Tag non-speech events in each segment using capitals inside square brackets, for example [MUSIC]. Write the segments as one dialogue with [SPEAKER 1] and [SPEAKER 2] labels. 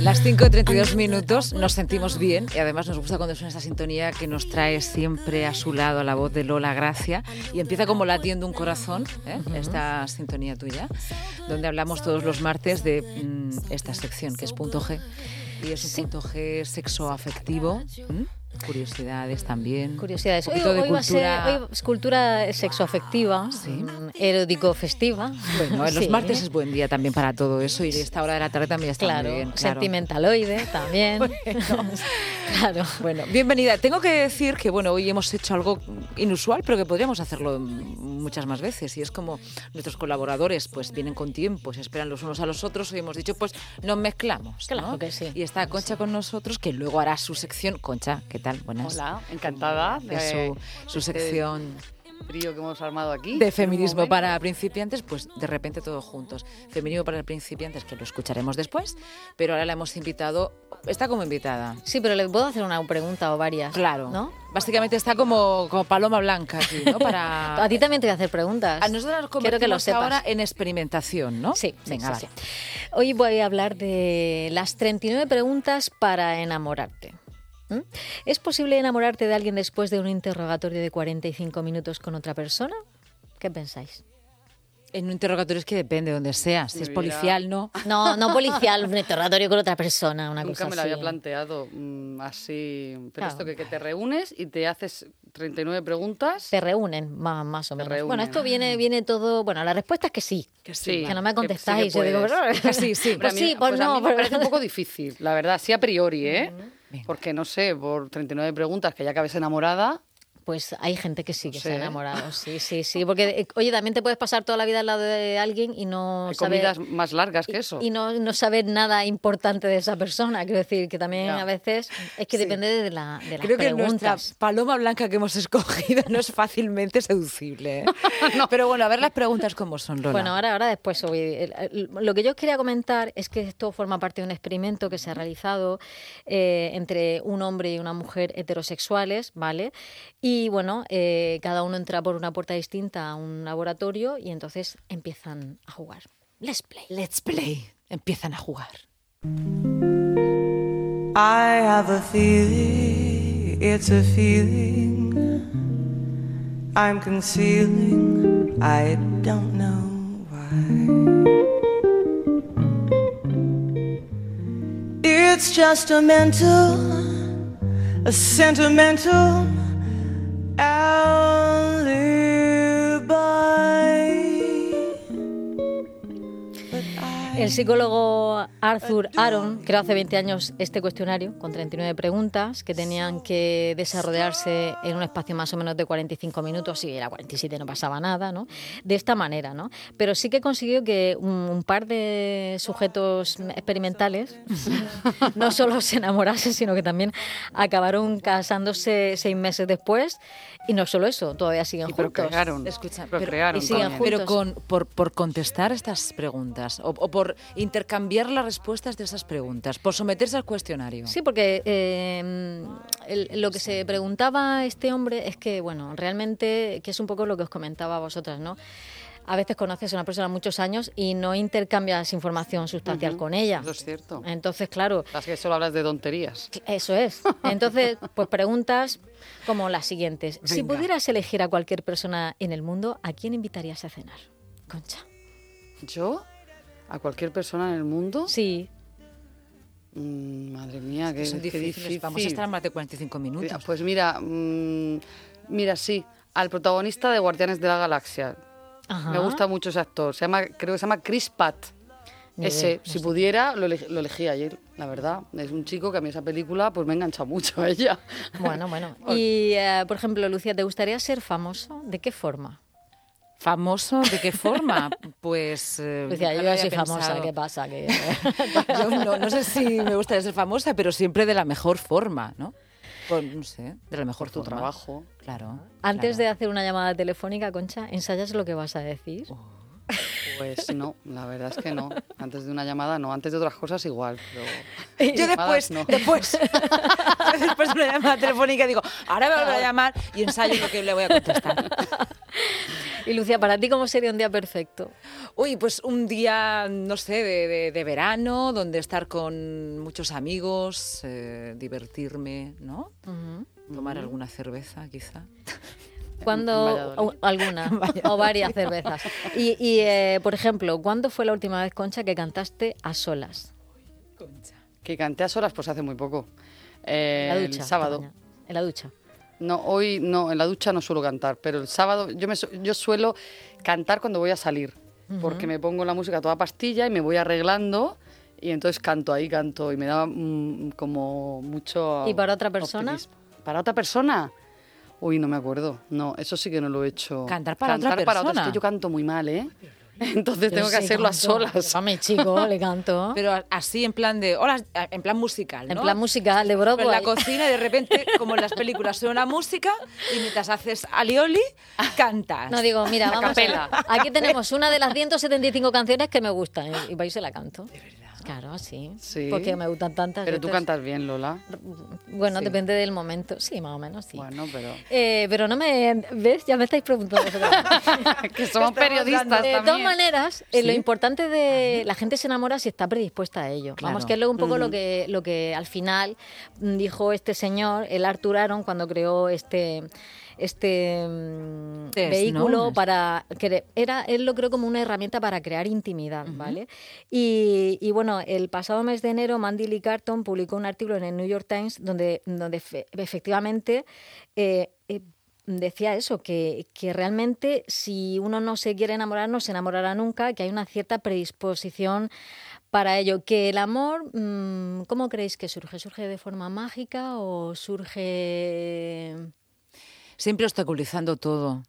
[SPEAKER 1] 5.32 minutos, nos sentimos bien y además nos gusta cuando suena esta sintonía que nos trae siempre a su lado la voz de Lola Gracia y empieza como latiendo un corazón, ¿eh? esta sintonía tuya, donde hablamos todos los martes de mm, esta sección que es punto G y es un punto G sexo afectivo. Curiosidades también.
[SPEAKER 2] Curiosidades.
[SPEAKER 1] Un
[SPEAKER 2] Hoy,
[SPEAKER 1] poquito de
[SPEAKER 2] hoy va a ser
[SPEAKER 1] cultura.
[SPEAKER 2] hoy es cultura sexoafectiva, mm, erótico-festiva.
[SPEAKER 1] Bueno, los
[SPEAKER 2] Sí.
[SPEAKER 1] martes es buen día también para todo eso y esta hora de la tarde también está
[SPEAKER 2] Claro,
[SPEAKER 1] muy bien. claro.
[SPEAKER 2] sentimentaloide
[SPEAKER 1] [LAUGHS]
[SPEAKER 2] también. claro.
[SPEAKER 1] Bueno, bienvenida. Tengo que decir que bueno, hoy hemos hecho algo inusual, pero que podríamos hacerlo mm, muchas más veces. Y es como nuestros colaboradores pues vienen con tiempo, se esperan los unos a los otros y hemos dicho pues nos mezclamos. ¿no?
[SPEAKER 2] Claro que sí.
[SPEAKER 1] Y está Concha con nosotros, que luego hará su sección. Concha, ¿qué tal? Buenas.
[SPEAKER 3] Hola, encantada de,
[SPEAKER 1] De
[SPEAKER 2] Eh,
[SPEAKER 1] su, su
[SPEAKER 3] este
[SPEAKER 1] sección
[SPEAKER 3] trío que hemos armado aquí.
[SPEAKER 1] de
[SPEAKER 3] Un
[SPEAKER 1] feminismo
[SPEAKER 3] momento.
[SPEAKER 1] para principiantes, pues de repente todos juntos. Feminismo para principiantes, que lo escucharemos después, pero ahora la hemos invitado, está como invitada.
[SPEAKER 2] Sí, pero le puedo hacer una pregunta o varias.
[SPEAKER 1] Claro.
[SPEAKER 2] ¿No?
[SPEAKER 1] Básicamente está como, como paloma blanca aquí,
[SPEAKER 2] [LAUGHS]
[SPEAKER 1] ¿no? Para...
[SPEAKER 2] A ti también te voy a hacer preguntas.
[SPEAKER 1] Ah. A nosotros nos
[SPEAKER 2] Quiero que lo
[SPEAKER 1] convertimos
[SPEAKER 2] sepas.
[SPEAKER 1] ahora en experimentación, ¿no?
[SPEAKER 2] Sí, sí,
[SPEAKER 1] Venga,
[SPEAKER 2] sí,
[SPEAKER 1] va.
[SPEAKER 2] sí. Hoy voy a hablar de las 39 preguntas para enamorarte. ¿Mm? ¿Es posible enamorarte de alguien después de un interrogatorio de 45 minutos con otra persona? ¿Qué pensáis?
[SPEAKER 1] En un interrogatorio es que depende de donde sea. Si es
[SPEAKER 3] Mira.
[SPEAKER 1] policial, no.
[SPEAKER 2] No, no policial, un interrogatorio con otra persona, una
[SPEAKER 3] Nunca
[SPEAKER 2] cosa
[SPEAKER 3] me lo había
[SPEAKER 2] así.
[SPEAKER 3] planteado mm, así. Pero
[SPEAKER 2] Claro.
[SPEAKER 3] esto que, que te reúnes y te haces 39 preguntas.
[SPEAKER 2] Se reúnen, ma- más, o menos. Bueno,
[SPEAKER 3] reúnen. ah.
[SPEAKER 2] esto viene, viene todo. Bueno, la respuesta es que sí.
[SPEAKER 3] Que sí.
[SPEAKER 2] Que no me
[SPEAKER 3] Que sí que
[SPEAKER 2] contestáis. Yo digo,
[SPEAKER 3] puedes.
[SPEAKER 2] pues,
[SPEAKER 1] Sí,
[SPEAKER 3] [LAUGHS]
[SPEAKER 1] sí.
[SPEAKER 3] Pero a
[SPEAKER 2] Pues
[SPEAKER 3] mí-
[SPEAKER 2] sí, pues,
[SPEAKER 3] pues a
[SPEAKER 2] no.
[SPEAKER 3] mí me
[SPEAKER 2] pero-
[SPEAKER 3] parece un poco difícil, la verdad, sí a priori, ¿eh? Porque no sé, por 39 preguntas que ya acabes enamorada.
[SPEAKER 2] Pues hay gente que sí que se ha
[SPEAKER 3] Sí.
[SPEAKER 2] enamorado, sí, sí, sí. Porque, eh, oye, también te puedes pasar toda la vida al lado de alguien y no
[SPEAKER 3] Hay
[SPEAKER 2] saber...
[SPEAKER 3] comidas más largas que eso.
[SPEAKER 2] Y no, no saber nada importante de esa persona. Quiero decir que también
[SPEAKER 3] Ya.
[SPEAKER 2] a veces es que
[SPEAKER 1] Sí.
[SPEAKER 2] depende de, la, de las
[SPEAKER 1] Creo que nuestra
[SPEAKER 2] preguntas.
[SPEAKER 1] paloma blanca que hemos [LAUGHS] escogido no es fácilmente
[SPEAKER 2] [LAUGHS]
[SPEAKER 1] seducible. ¿eh? Pero bueno, a ver las preguntas como son, Lola.
[SPEAKER 2] Bueno, ahora, ahora después. os voy- el- el- Lo que yo os quería comentar es que esto forma parte de un experimento que se ha realizado eh, entre un hombre y una mujer heterosexuales, ¿vale? Y bueno, eh, cada uno entra por una puerta distinta a un laboratorio y entonces empiezan a jugar. Let's play.
[SPEAKER 1] Let's play. Empiezan a jugar.
[SPEAKER 4] I have a feeling, it's a feeling I'm concealing, I don't know why. It's just a mental, a sentimental alibi. But I
[SPEAKER 2] El psicólogo Arthur Aaron creó hace 20 años este cuestionario con 39 preguntas que tenían que desarrollarse en un espacio más o menos de 45 minutos, si era 47 no pasaba nada, ¿no? De esta manera, ¿no? Pero sí que consiguió que un, un par de sujetos experimentales no solo se enamorasen, sino que también acabaron casándose seis meses después y no solo eso, todavía siguen
[SPEAKER 3] Y
[SPEAKER 2] juntos.
[SPEAKER 3] procrearon.
[SPEAKER 1] Escucha, pero-
[SPEAKER 3] procrearon
[SPEAKER 2] y siguen
[SPEAKER 3] también.
[SPEAKER 2] juntos.
[SPEAKER 1] Pero con, por, por contestar estas preguntas o, o por intercambiar las respuestas de esas preguntas, por someterse al cuestionario.
[SPEAKER 2] Sí, porque eh, el- lo que se preguntaba este hombre es que, bueno, realmente, que es un poco lo que os comentaba a vosotras, ¿no? A veces conoces a una persona muchos años y no intercambias información sustancial con ella.
[SPEAKER 3] Eso es cierto.
[SPEAKER 2] Entonces, claro,
[SPEAKER 3] Las que solo hablas de tonterías.
[SPEAKER 2] eso es. Entonces, pues preguntas como las siguientes. Si
[SPEAKER 3] Venga.
[SPEAKER 2] pudieras elegir a cualquier persona en el mundo, ¿a quién invitarías a cenar? Concha.
[SPEAKER 3] ¿Yo? ¿A cualquier persona en el mundo?
[SPEAKER 2] Sí,
[SPEAKER 3] Mm, madre mía, qué,
[SPEAKER 1] Son
[SPEAKER 3] qué
[SPEAKER 1] difíciles.
[SPEAKER 3] difícil.
[SPEAKER 1] Vamos a estar más de 45 minutos.
[SPEAKER 3] Mira, Pues mira, mm, mira, sí, al protagonista de Guardianes de la Galaxia.
[SPEAKER 2] Ajá.
[SPEAKER 3] Me gusta mucho ese actor. Se llama, creo que se llama Chris Pratt.
[SPEAKER 2] Ni
[SPEAKER 3] Ese,
[SPEAKER 2] idea, no
[SPEAKER 3] si pudiera, lo, ele- lo elegí ayer, la verdad. Es un chico que a mí esa película pues me engancha mucho a ella.
[SPEAKER 2] Bueno,
[SPEAKER 3] [LAUGHS]
[SPEAKER 2] bueno. Y, eh, por ejemplo, Lucía, ¿te gustaría ser famoso? ¿De qué forma?
[SPEAKER 1] ¿Famoso? ¿De qué forma? Pues. eh,
[SPEAKER 2] Lucía,
[SPEAKER 1] nunca
[SPEAKER 2] yo
[SPEAKER 1] lo
[SPEAKER 2] ya
[SPEAKER 1] había
[SPEAKER 2] soy famosa,
[SPEAKER 1] pensado.
[SPEAKER 2] ¿qué pasa? Que-
[SPEAKER 1] [LAUGHS] Yo no, no sé si me gustaría ser famosa, pero siempre de la mejor forma, ¿no? Por, no sé, de la mejor
[SPEAKER 3] Por tu
[SPEAKER 1] forma.
[SPEAKER 3] trabajo.
[SPEAKER 1] Claro.
[SPEAKER 2] Antes
[SPEAKER 1] claro.
[SPEAKER 2] de hacer una llamada telefónica, Concha, ¿ensayas lo que vas a decir?
[SPEAKER 1] Oh.
[SPEAKER 3] Pues no, la verdad es que no. Antes de una llamada no, antes de otras cosas igual. pero [LAUGHS]
[SPEAKER 1] Yo después,
[SPEAKER 3] llamadas no.
[SPEAKER 1] después, [LAUGHS] después de una llamada telefónica digo, ahora me voy a llamar y ensayo lo que le voy a contestar.
[SPEAKER 2] Y Lucía, ¿para ti cómo sería un día perfecto?
[SPEAKER 1] Uy, pues un día, no sé, de, de- de verano, donde estar con muchos amigos, eh, divertirme, ¿no? Tomar alguna cerveza, quizá.
[SPEAKER 2] ¿Cuándo, o-
[SPEAKER 3] Valladolid.
[SPEAKER 1] [LAUGHS]
[SPEAKER 2] alguna o varias cervezas? Y, y, eh, por ejemplo, ¿cuándo fue la última vez, Concha, que cantaste a solas?
[SPEAKER 3] Que canté a solas, pues hace muy poco.
[SPEAKER 2] En
[SPEAKER 3] Eh,
[SPEAKER 2] la ducha.
[SPEAKER 3] el
[SPEAKER 2] esta
[SPEAKER 3] sábado.
[SPEAKER 2] mañana. En la ducha.
[SPEAKER 3] No, hoy no, en la ducha no suelo cantar, pero el sábado yo, me, su- yo suelo cantar cuando voy a salir, porque me pongo la música a toda pastilla y me voy arreglando y entonces canto ahí, canto y me da mm, como mucho...
[SPEAKER 2] ¿Y para otra persona?
[SPEAKER 3] optimismo. ¿Para otra persona? Uy, no me acuerdo. No, eso sí que no lo he hecho.
[SPEAKER 1] ¿Cantar para otra
[SPEAKER 3] Cantar para otra-
[SPEAKER 1] persona?
[SPEAKER 3] Es que yo canto muy mal, [LAUGHS] ¿eh? Entonces
[SPEAKER 2] Yo
[SPEAKER 3] tengo que
[SPEAKER 2] sí
[SPEAKER 3] hacerlo a
[SPEAKER 2] canto.
[SPEAKER 3] solas.
[SPEAKER 2] A mi chico
[SPEAKER 1] [LAUGHS]
[SPEAKER 2] le canto.
[SPEAKER 1] Pero a- así en plan de. Hola, en plan musical, ¿no?
[SPEAKER 2] En plan musical de
[SPEAKER 1] Pero
[SPEAKER 2] Broadway.
[SPEAKER 1] en la cocina y de repente, como en las películas, suena la música y mientras haces alioli, cantas.
[SPEAKER 2] No digo, mira, vamos. a-
[SPEAKER 3] capela.
[SPEAKER 2] Aquí tenemos una de las 175 canciones que me gustan eh, y- y vais se la canto. Claro, sí.
[SPEAKER 3] [LAUGHS] Sí.
[SPEAKER 2] Porque me gustan tantas.
[SPEAKER 3] Pero tú
[SPEAKER 2] veces.
[SPEAKER 3] cantas bien, Lola.
[SPEAKER 2] Bueno, depende del momento. Sí, más o menos, sí.
[SPEAKER 3] Bueno, pero...
[SPEAKER 2] Eh, pero no me. ¿Ves? Ya me estáis preguntando.
[SPEAKER 3] [LAUGHS]
[SPEAKER 2] vosotras.
[SPEAKER 3] que somos periodistas
[SPEAKER 2] de
[SPEAKER 3] también. Ah, ¿eh?
[SPEAKER 2] todas maneras, eh, lo importante de la gente se enamora si está predispuesta a ello.
[SPEAKER 1] Claro.
[SPEAKER 2] Vamos, que es lo- un poco lo, que, lo que al final mm, dijo este señor, el Arthur Aron, cuando creó este este mm,
[SPEAKER 1] Test,
[SPEAKER 2] vehículo
[SPEAKER 1] ¿no?
[SPEAKER 2] para cre- era él lo creó como una herramienta para crear intimidad vale y, y bueno el pasado mes de enero Mandy Lee Carton publicó un artículo en el New York Times donde donde fe- efectivamente eh, eh, decía eso, que, que realmente si uno no se quiere enamorar, no se enamorará nunca, que hay una cierta predisposición para ello. Que el amor, mm, ¿cómo creéis que surge? ¿Surge de forma mágica o surge...
[SPEAKER 1] Siempre obstaculizando todo.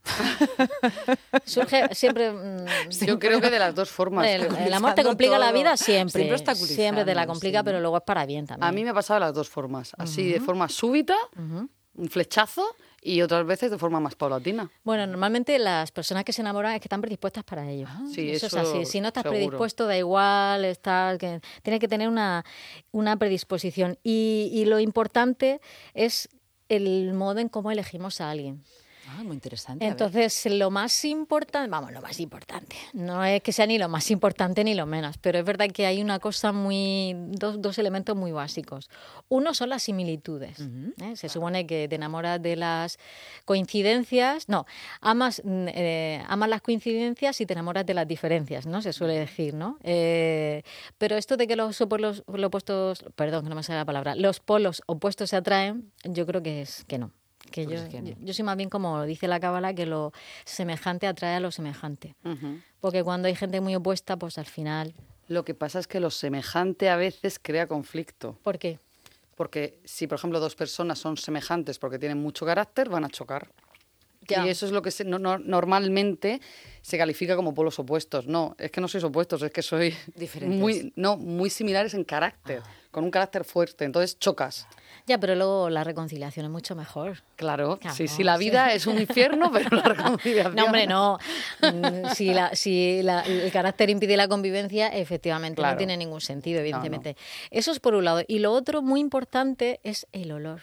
[SPEAKER 2] Surge siempre... mm,
[SPEAKER 3] Yo creo que de las
[SPEAKER 2] [LAUGHS]
[SPEAKER 3] dos formas.
[SPEAKER 2] el, el amor te complica la vida siempre.
[SPEAKER 1] Siempre
[SPEAKER 2] Siempre,
[SPEAKER 1] obstaculizando,
[SPEAKER 2] te la complica,
[SPEAKER 1] sí.
[SPEAKER 2] pero luego es para bien también.
[SPEAKER 3] A mí me ha pasado de las dos formas. Así de forma súbita, un flechazo, y otras veces de forma más paulatina.
[SPEAKER 2] Bueno, normalmente las personas que se enamoran es que están predispuestas para ello.
[SPEAKER 3] Ah, Sí,
[SPEAKER 2] eso,
[SPEAKER 3] eso
[SPEAKER 2] es así. Si no estás
[SPEAKER 3] seguro.
[SPEAKER 2] predispuesto, da igual, estás, que, tienes que tener una, una predisposición. Y, y lo importante es el modo en cómo elegimos a alguien.
[SPEAKER 1] Ah, muy interesante. a ver.
[SPEAKER 2] Entonces, lo más importante, vamos, lo más importante, no es que sea ni lo más importante ni lo menos, pero es verdad que hay una cosa muy, dos, dos elementos muy básicos. Uno son las similitudes. ¿eh? Se supone que te enamoras de las coincidencias, no, amas, mm, eh, amas las coincidencias y te enamoras de las diferencias, ¿no? Se suele decir, ¿no? Eh, pero esto de que los, opo- los- los opuestos, perdón, que no me sale la palabra, los polos opuestos se atraen, yo creo que es que no. Que
[SPEAKER 1] Pues
[SPEAKER 2] yo,
[SPEAKER 1] es que no.
[SPEAKER 2] yo- yo soy más bien como dice la cábala, que lo semejante atrae a lo semejante. Porque cuando hay gente muy opuesta, pues al final.
[SPEAKER 3] Lo que pasa es que lo semejante a veces crea conflicto.
[SPEAKER 2] ¿Por qué?
[SPEAKER 3] Porque si, por ejemplo, dos personas son semejantes porque tienen mucho carácter, van a chocar.
[SPEAKER 2] Ya.
[SPEAKER 3] Y eso es lo que se- no- no- normalmente se califica como polos opuestos. No, es que no sois opuestos, es que sois
[SPEAKER 1] Diferentes.
[SPEAKER 3] Muy, no, muy similares en carácter,
[SPEAKER 2] Ah.
[SPEAKER 3] con un carácter fuerte. Entonces chocas.
[SPEAKER 2] Ya, pero luego la reconciliación es mucho mejor.
[SPEAKER 3] Claro,
[SPEAKER 2] Claro,
[SPEAKER 3] sí, sí, la vida es un infierno, pero
[SPEAKER 2] [LAUGHS]
[SPEAKER 3] la [LAUGHS] reconciliación.
[SPEAKER 2] No, hombre, no. Mm, si la- si la- el carácter impide la convivencia, efectivamente no
[SPEAKER 3] Claro.
[SPEAKER 2] tiene ningún sentido, evidentemente. Eso es por un lado. Y lo otro muy importante es el olor.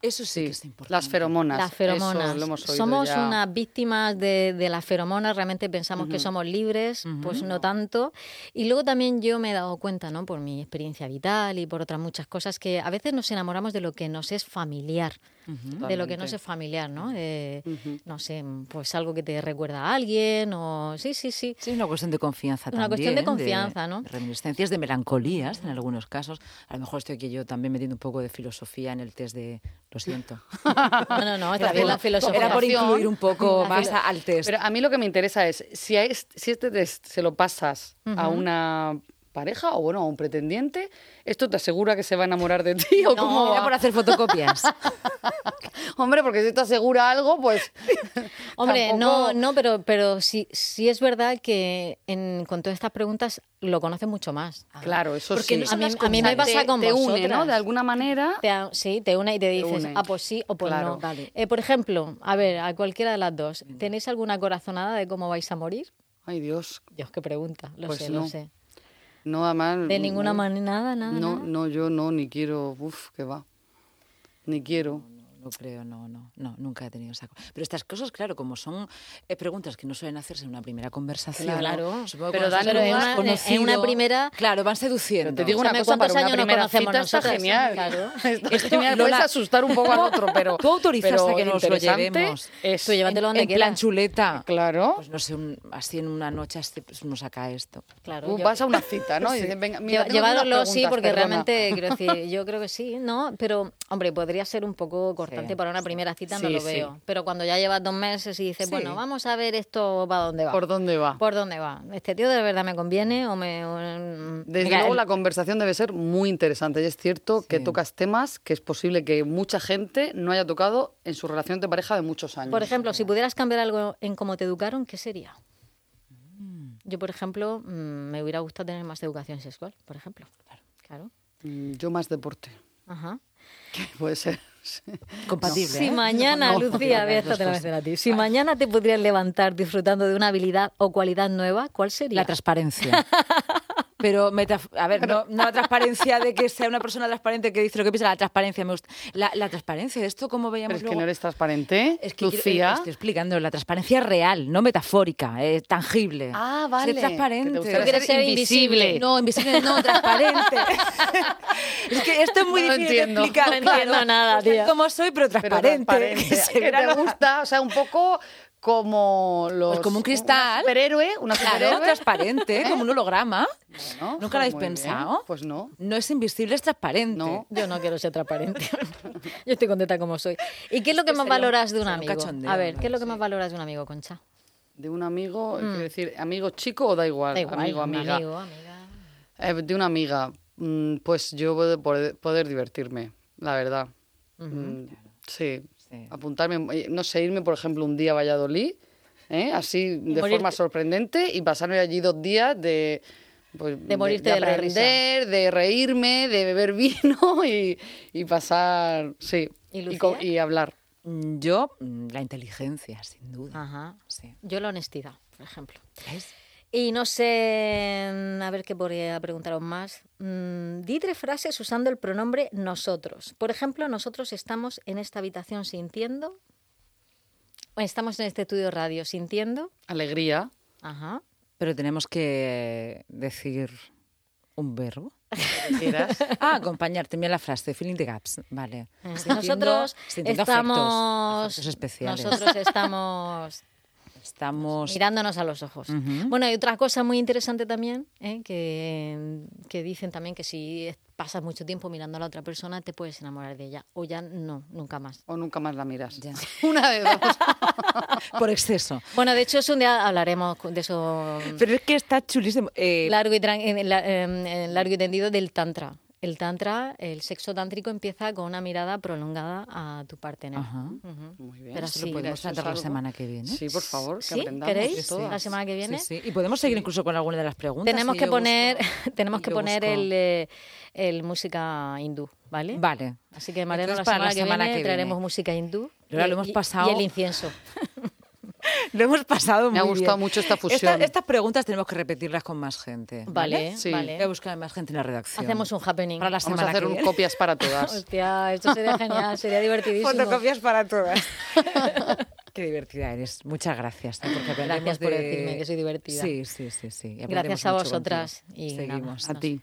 [SPEAKER 1] Eso sí,
[SPEAKER 3] Sí,
[SPEAKER 1] que es importante.
[SPEAKER 3] las feromonas.
[SPEAKER 2] Las
[SPEAKER 3] eso
[SPEAKER 2] feromonas.
[SPEAKER 3] lo hemos oído
[SPEAKER 2] somos
[SPEAKER 3] ya.
[SPEAKER 2] unas víctimas de, de las feromonas, realmente pensamos que somos libres, pues no tanto. Y luego también yo me he dado cuenta, ¿no? Por mi experiencia vital y por otras muchas cosas, que a veces nos enamoramos de lo que nos es familiar. De lo que nos
[SPEAKER 3] Totalmente.
[SPEAKER 2] es familiar, ¿no? De, No sé, pues algo que te recuerda a alguien o... Sí, sí,
[SPEAKER 3] [LAUGHS]
[SPEAKER 2] sí.
[SPEAKER 1] Sí, es una cuestión de confianza
[SPEAKER 2] Una
[SPEAKER 1] también.
[SPEAKER 2] cuestión de confianza, ¿no?
[SPEAKER 1] de Reminiscencias de melancolías en algunos casos. A lo mejor estoy aquí yo también metiendo un poco de filosofía en el test de. Lo
[SPEAKER 2] [LAUGHS]
[SPEAKER 1] siento.
[SPEAKER 2] No, no, no, está bien la filosofía.
[SPEAKER 1] Era por incluir un poco
[SPEAKER 2] La
[SPEAKER 1] más
[SPEAKER 2] filo-
[SPEAKER 1] a- al test.
[SPEAKER 3] Pero a mí lo que me interesa es si, a es- si este test se lo pasas a una pareja o bueno, a un pretendiente, ¿esto te asegura que se va a enamorar de ti o cómo
[SPEAKER 1] era
[SPEAKER 3] va?
[SPEAKER 1] por hacer
[SPEAKER 2] [LAUGHS]
[SPEAKER 1] fotocopias.
[SPEAKER 3] Hombre, porque si te asegura algo, pues
[SPEAKER 2] Hombre, no,
[SPEAKER 3] tampoco-
[SPEAKER 2] no, pero, pero sí, sí es verdad que en- con todas estas preguntas lo conoces mucho más.
[SPEAKER 3] Claro, eso
[SPEAKER 1] Porque
[SPEAKER 3] sí.
[SPEAKER 1] no son
[SPEAKER 2] a mí,
[SPEAKER 1] las
[SPEAKER 2] a mí me
[SPEAKER 1] constantes,
[SPEAKER 2] pasa con
[SPEAKER 3] te une,
[SPEAKER 2] vosotras.
[SPEAKER 3] ¿no? De alguna manera.
[SPEAKER 2] Te a- sí, te une y te dices,
[SPEAKER 3] une.
[SPEAKER 2] ah, pues sí o pues
[SPEAKER 3] Claro. Mm.
[SPEAKER 2] no.
[SPEAKER 1] Vale.
[SPEAKER 2] Eh, por ejemplo, a ver, a cualquiera de las dos, ¿tenéis alguna corazonada de cómo vais a morir?
[SPEAKER 3] Ay, Dios.
[SPEAKER 2] Dios, qué pregunta. Lo
[SPEAKER 3] Pues
[SPEAKER 2] sé, lo
[SPEAKER 3] no.
[SPEAKER 2] sé.
[SPEAKER 3] No, además.
[SPEAKER 2] De ninguna
[SPEAKER 3] no,
[SPEAKER 2] manera, nada, nada.
[SPEAKER 3] No,
[SPEAKER 2] nada?
[SPEAKER 3] no, yo no, ni quiero. Uf, que va. Ni quiero.
[SPEAKER 1] no creo, no, no, no, nunca he tenido esa cosa. Pero estas cosas, claro, como son eh, preguntas que no suelen hacerse en una primera conversación.
[SPEAKER 2] Claro.
[SPEAKER 1] supongo que
[SPEAKER 3] Pero
[SPEAKER 1] cuando
[SPEAKER 3] dan
[SPEAKER 1] se
[SPEAKER 2] Pero
[SPEAKER 1] lo
[SPEAKER 2] en
[SPEAKER 1] has
[SPEAKER 2] una- en una primera-
[SPEAKER 1] Claro, van seduciendo.
[SPEAKER 3] Te digo
[SPEAKER 2] O sea,
[SPEAKER 3] una
[SPEAKER 2] ¿me
[SPEAKER 3] cosa,
[SPEAKER 2] cuántos
[SPEAKER 3] para una
[SPEAKER 2] años nos
[SPEAKER 3] primera
[SPEAKER 2] conocemos
[SPEAKER 3] cita está
[SPEAKER 2] nosotras?
[SPEAKER 3] genial.
[SPEAKER 2] Claro.
[SPEAKER 3] [LAUGHS] Está
[SPEAKER 1] Esto,
[SPEAKER 3] genial, puedes
[SPEAKER 1] Lola,
[SPEAKER 3] asustar
[SPEAKER 2] [LAUGHS]
[SPEAKER 3] un poco al otro, pero
[SPEAKER 1] ¿Tú autorizas
[SPEAKER 3] pero
[SPEAKER 1] a que nos lo
[SPEAKER 3] interesante
[SPEAKER 1] llevemos?
[SPEAKER 3] es-
[SPEAKER 2] Tú llévatelo
[SPEAKER 1] en,
[SPEAKER 2] donde
[SPEAKER 1] en
[SPEAKER 2] quieras.
[SPEAKER 1] plan chuleta.
[SPEAKER 3] Claro.
[SPEAKER 1] Pues no sé, un- así en una noche así, pues, nos saca esto.
[SPEAKER 2] Claro,
[SPEAKER 3] Tú
[SPEAKER 2] yo-
[SPEAKER 3] Uh, vas a una cita, ¿no? Y dices, venga, mira,
[SPEAKER 2] Lleva-
[SPEAKER 3] tengo unas
[SPEAKER 2] llevároslo, sí,
[SPEAKER 3] preguntas,
[SPEAKER 2] porque
[SPEAKER 3] perdona. [LAUGHS]
[SPEAKER 2] realmente, quiero decir, yo creo que sí, ¿no? Pero, hombre, podría ser un poco cortante
[SPEAKER 1] Sí.
[SPEAKER 2] para una primera cita, no
[SPEAKER 3] Sí,
[SPEAKER 2] lo
[SPEAKER 3] sí.
[SPEAKER 2] veo. Pero cuando ya llevas dos meses y dices,
[SPEAKER 1] Sí.
[SPEAKER 2] bueno, vamos a ver esto para dónde va.
[SPEAKER 3] ¿Por dónde va?
[SPEAKER 2] ¿Por dónde va? ¿Este tío de verdad me conviene o mm, me...? o-
[SPEAKER 3] Desde
[SPEAKER 2] Mira,
[SPEAKER 3] luego
[SPEAKER 2] el-
[SPEAKER 3] la conversación debe ser muy interesante y es cierto que
[SPEAKER 1] Sí.
[SPEAKER 3] tocas temas que es posible que mucha gente no haya tocado en su relación de pareja de muchos años.
[SPEAKER 2] Por ejemplo, si pudieras cambiar algo en cómo te educaron, ¿qué sería? Yo, por ejemplo, mm, me hubiera gustado tener más educación sexual, por ejemplo. Claro.
[SPEAKER 3] Mm, Yo más deporte, [LAUGHS]
[SPEAKER 2] Ajá.
[SPEAKER 3] puede ser. sí.
[SPEAKER 1] Compatible.
[SPEAKER 2] Si
[SPEAKER 1] ¿eh?
[SPEAKER 2] mañana,
[SPEAKER 1] No,
[SPEAKER 2] Lucía,
[SPEAKER 1] no,
[SPEAKER 2] ve, esta
[SPEAKER 1] las
[SPEAKER 2] te la voy
[SPEAKER 1] dos
[SPEAKER 2] a hacer a ti. Si mañana te pudieras levantar disfrutando de una habilidad o cualidad nueva, ¿cuál sería?
[SPEAKER 1] La transparencia. Pero, metaf- a ver, no, no la transparencia de que sea una persona transparente que dice lo que piensa, la transparencia me gusta. La, la transparencia, esto como
[SPEAKER 3] Pero
[SPEAKER 1] veíamos
[SPEAKER 3] es que
[SPEAKER 1] luego...
[SPEAKER 3] no eres transparente,
[SPEAKER 1] Es que quiero- eh,
[SPEAKER 3] Lucía.
[SPEAKER 1] estoy explicando, la transparencia real, no metafórica, eh, tangible.
[SPEAKER 3] Ah, vale.
[SPEAKER 1] Ser
[SPEAKER 3] Que
[SPEAKER 1] transparente.
[SPEAKER 3] te gustaría
[SPEAKER 2] quieres ser invisible.
[SPEAKER 1] No, invisible no, transparente. [LAUGHS] es que esto es muy
[SPEAKER 3] No lo
[SPEAKER 1] difícil
[SPEAKER 3] entiendo.
[SPEAKER 1] de explicar.
[SPEAKER 2] No entiendo
[SPEAKER 1] claro.
[SPEAKER 2] nada,
[SPEAKER 1] Soy
[SPEAKER 2] tía.
[SPEAKER 1] Como soy, pero
[SPEAKER 3] Pero
[SPEAKER 1] transparente.
[SPEAKER 3] transparente,
[SPEAKER 1] Que [LAUGHS] se
[SPEAKER 3] [LAUGHS] que
[SPEAKER 1] vea
[SPEAKER 3] te
[SPEAKER 1] la-
[SPEAKER 3] gusta, o sea, un poco como los...
[SPEAKER 1] Pues como un cristal.
[SPEAKER 3] Una superhéroe, una
[SPEAKER 1] Claro,
[SPEAKER 3] superhéroe.
[SPEAKER 1] transparente, como un holograma.
[SPEAKER 3] ¿no? Pues
[SPEAKER 1] ¿Nunca lo habéis
[SPEAKER 3] ¿eh? Muy bien,
[SPEAKER 1] pensado?
[SPEAKER 3] Pues no.
[SPEAKER 1] No es invisible, es transparente.
[SPEAKER 3] No.
[SPEAKER 2] Yo no quiero ser transparente. [LAUGHS] Yo estoy contenta como soy. ¿Y qué es lo que más valoras de un
[SPEAKER 1] sería un
[SPEAKER 2] amigo?
[SPEAKER 1] cachondeo,
[SPEAKER 2] A ver, ¿qué es lo
[SPEAKER 1] ¿no?
[SPEAKER 2] que más valoras de un amigo, Concha?
[SPEAKER 3] De un
[SPEAKER 1] Mm.
[SPEAKER 3] amigo, quiero decir, amigo chico o da igual,
[SPEAKER 2] Da igual,
[SPEAKER 3] amigo,
[SPEAKER 2] un
[SPEAKER 3] amiga.
[SPEAKER 2] amigo, amiga.
[SPEAKER 3] Eh, de una amiga, mm, pues yo puedo poder, poder divertirme, la verdad. Mm, sí.
[SPEAKER 1] Sí.
[SPEAKER 3] apuntarme, eh, no sé, irme, por ejemplo, un día a Valladolid, ¿eh? así de
[SPEAKER 2] morirte.
[SPEAKER 3] forma sorprendente y pasarme allí dos días de... pues,
[SPEAKER 2] morirte de la risa.
[SPEAKER 3] aprender, de reírme, de beber [LAUGHS] vino y, y pasar, sí,
[SPEAKER 2] ¿Y
[SPEAKER 3] co-
[SPEAKER 2] Lucía?
[SPEAKER 3] y hablar.
[SPEAKER 1] Mm, Yo, mm, la inteligencia, sin duda.
[SPEAKER 2] Ajá.
[SPEAKER 1] Sí.
[SPEAKER 2] Yo la honestidad, por ejemplo.
[SPEAKER 1] ¿Ves?
[SPEAKER 2] Y no sé, mm, a ver qué podría preguntaros más. Mm, di tres frases usando el pronombre nosotros. Por ejemplo, nosotros estamos en esta habitación sintiendo. o Estamos en este estudio radio sintiendo. [LAUGHS]
[SPEAKER 3] Alegría.
[SPEAKER 2] Ajá.
[SPEAKER 1] Pero tenemos que decir un
[SPEAKER 2] [LAUGHS]
[SPEAKER 1] verbo.
[SPEAKER 3] lo que quieras.
[SPEAKER 1] Ah, acompañarte. Mira la frase, feeling the gaps. Vale.
[SPEAKER 2] Eh,
[SPEAKER 1] Sintiendo-
[SPEAKER 2] nosotros
[SPEAKER 1] sintiendo
[SPEAKER 2] estamos.
[SPEAKER 1] afectos, afectos especiales.
[SPEAKER 2] Nosotros estamos
[SPEAKER 1] estamos.
[SPEAKER 2] mirándonos a los ojos.
[SPEAKER 1] Ujú.
[SPEAKER 2] Bueno, hay otra cosa muy interesante también, ¿eh? que, que dicen también que si es- pasas mucho tiempo mirando a la otra persona, te puedes enamorar de ella. O ya no, nunca más.
[SPEAKER 3] o nunca más la miras.
[SPEAKER 1] Ya.
[SPEAKER 3] [LAUGHS] Una de dos.
[SPEAKER 1] Por exceso.
[SPEAKER 2] Bueno, de hecho, es un día hablaremos de eso
[SPEAKER 1] Pero es que está chulísimo. Eh,
[SPEAKER 2] largo y, tran- eh, Mm. la- eh, eh, largo y tendido del tantra. El tantra, el sexo tántrico empieza con una mirada prolongada a tu partner.
[SPEAKER 1] Ajá.
[SPEAKER 2] Ujú.
[SPEAKER 3] Muy bien.
[SPEAKER 2] Pero
[SPEAKER 3] Eso
[SPEAKER 2] sí.
[SPEAKER 3] mira,
[SPEAKER 1] podemos
[SPEAKER 3] eso es
[SPEAKER 1] tratar la
[SPEAKER 3] algo.
[SPEAKER 1] semana que viene.
[SPEAKER 3] Sí, por favor, que
[SPEAKER 2] ¿Sí?
[SPEAKER 3] aprendamos
[SPEAKER 2] ¿Queréis?
[SPEAKER 3] todas.
[SPEAKER 2] La semana que viene.
[SPEAKER 1] Sí, sí. Y podemos seguir incluso con alguna de las preguntas.
[SPEAKER 2] Tenemos
[SPEAKER 1] y
[SPEAKER 2] que
[SPEAKER 1] yo
[SPEAKER 2] poner, [LAUGHS]
[SPEAKER 1] busco-
[SPEAKER 2] tenemos
[SPEAKER 1] y
[SPEAKER 2] que
[SPEAKER 1] yo
[SPEAKER 2] poner
[SPEAKER 1] busco.
[SPEAKER 2] el, eh, el música hindú, ¿vale?
[SPEAKER 1] Vale.
[SPEAKER 2] Así que Mariano, la
[SPEAKER 1] Entonces, para
[SPEAKER 2] semana, que, viene, traeremos música hindú.
[SPEAKER 1] Lola, lo hemos pasado-
[SPEAKER 2] y el incienso.
[SPEAKER 1] [LAUGHS] Lo hemos pasado
[SPEAKER 3] Me ha
[SPEAKER 1] muy
[SPEAKER 3] gustado
[SPEAKER 1] bien.
[SPEAKER 3] mucho esta fusión.
[SPEAKER 1] Estas- estas preguntas tenemos que repetirlas con más gente.
[SPEAKER 2] Vale,
[SPEAKER 3] Sí.
[SPEAKER 1] Voy a
[SPEAKER 2] vale.
[SPEAKER 1] buscar a más gente en la redacción.
[SPEAKER 2] Hacemos un happening.
[SPEAKER 1] Para la
[SPEAKER 3] Vamos
[SPEAKER 1] semana
[SPEAKER 3] a hacer
[SPEAKER 1] que
[SPEAKER 3] un
[SPEAKER 1] viene.
[SPEAKER 3] copias
[SPEAKER 1] [LAUGHS]
[SPEAKER 3] para todas.
[SPEAKER 2] [LAUGHS] Hostia, esto sería genial, sería divertidísimo.
[SPEAKER 1] Fotocopias para
[SPEAKER 2] [LAUGHS]
[SPEAKER 1] todas. Qué divertida eres. Muchas gracias. ¿eh? Porque aprendemos
[SPEAKER 2] Gracias por
[SPEAKER 1] de-
[SPEAKER 2] decirme que soy divertida.
[SPEAKER 1] Sí, sí, sí. sí. Y
[SPEAKER 2] Gracias
[SPEAKER 1] aprendemos
[SPEAKER 2] a
[SPEAKER 1] mucho
[SPEAKER 2] vosotras
[SPEAKER 1] contigo.
[SPEAKER 2] y nada,
[SPEAKER 1] Seguimos.
[SPEAKER 2] nos-
[SPEAKER 1] a ti.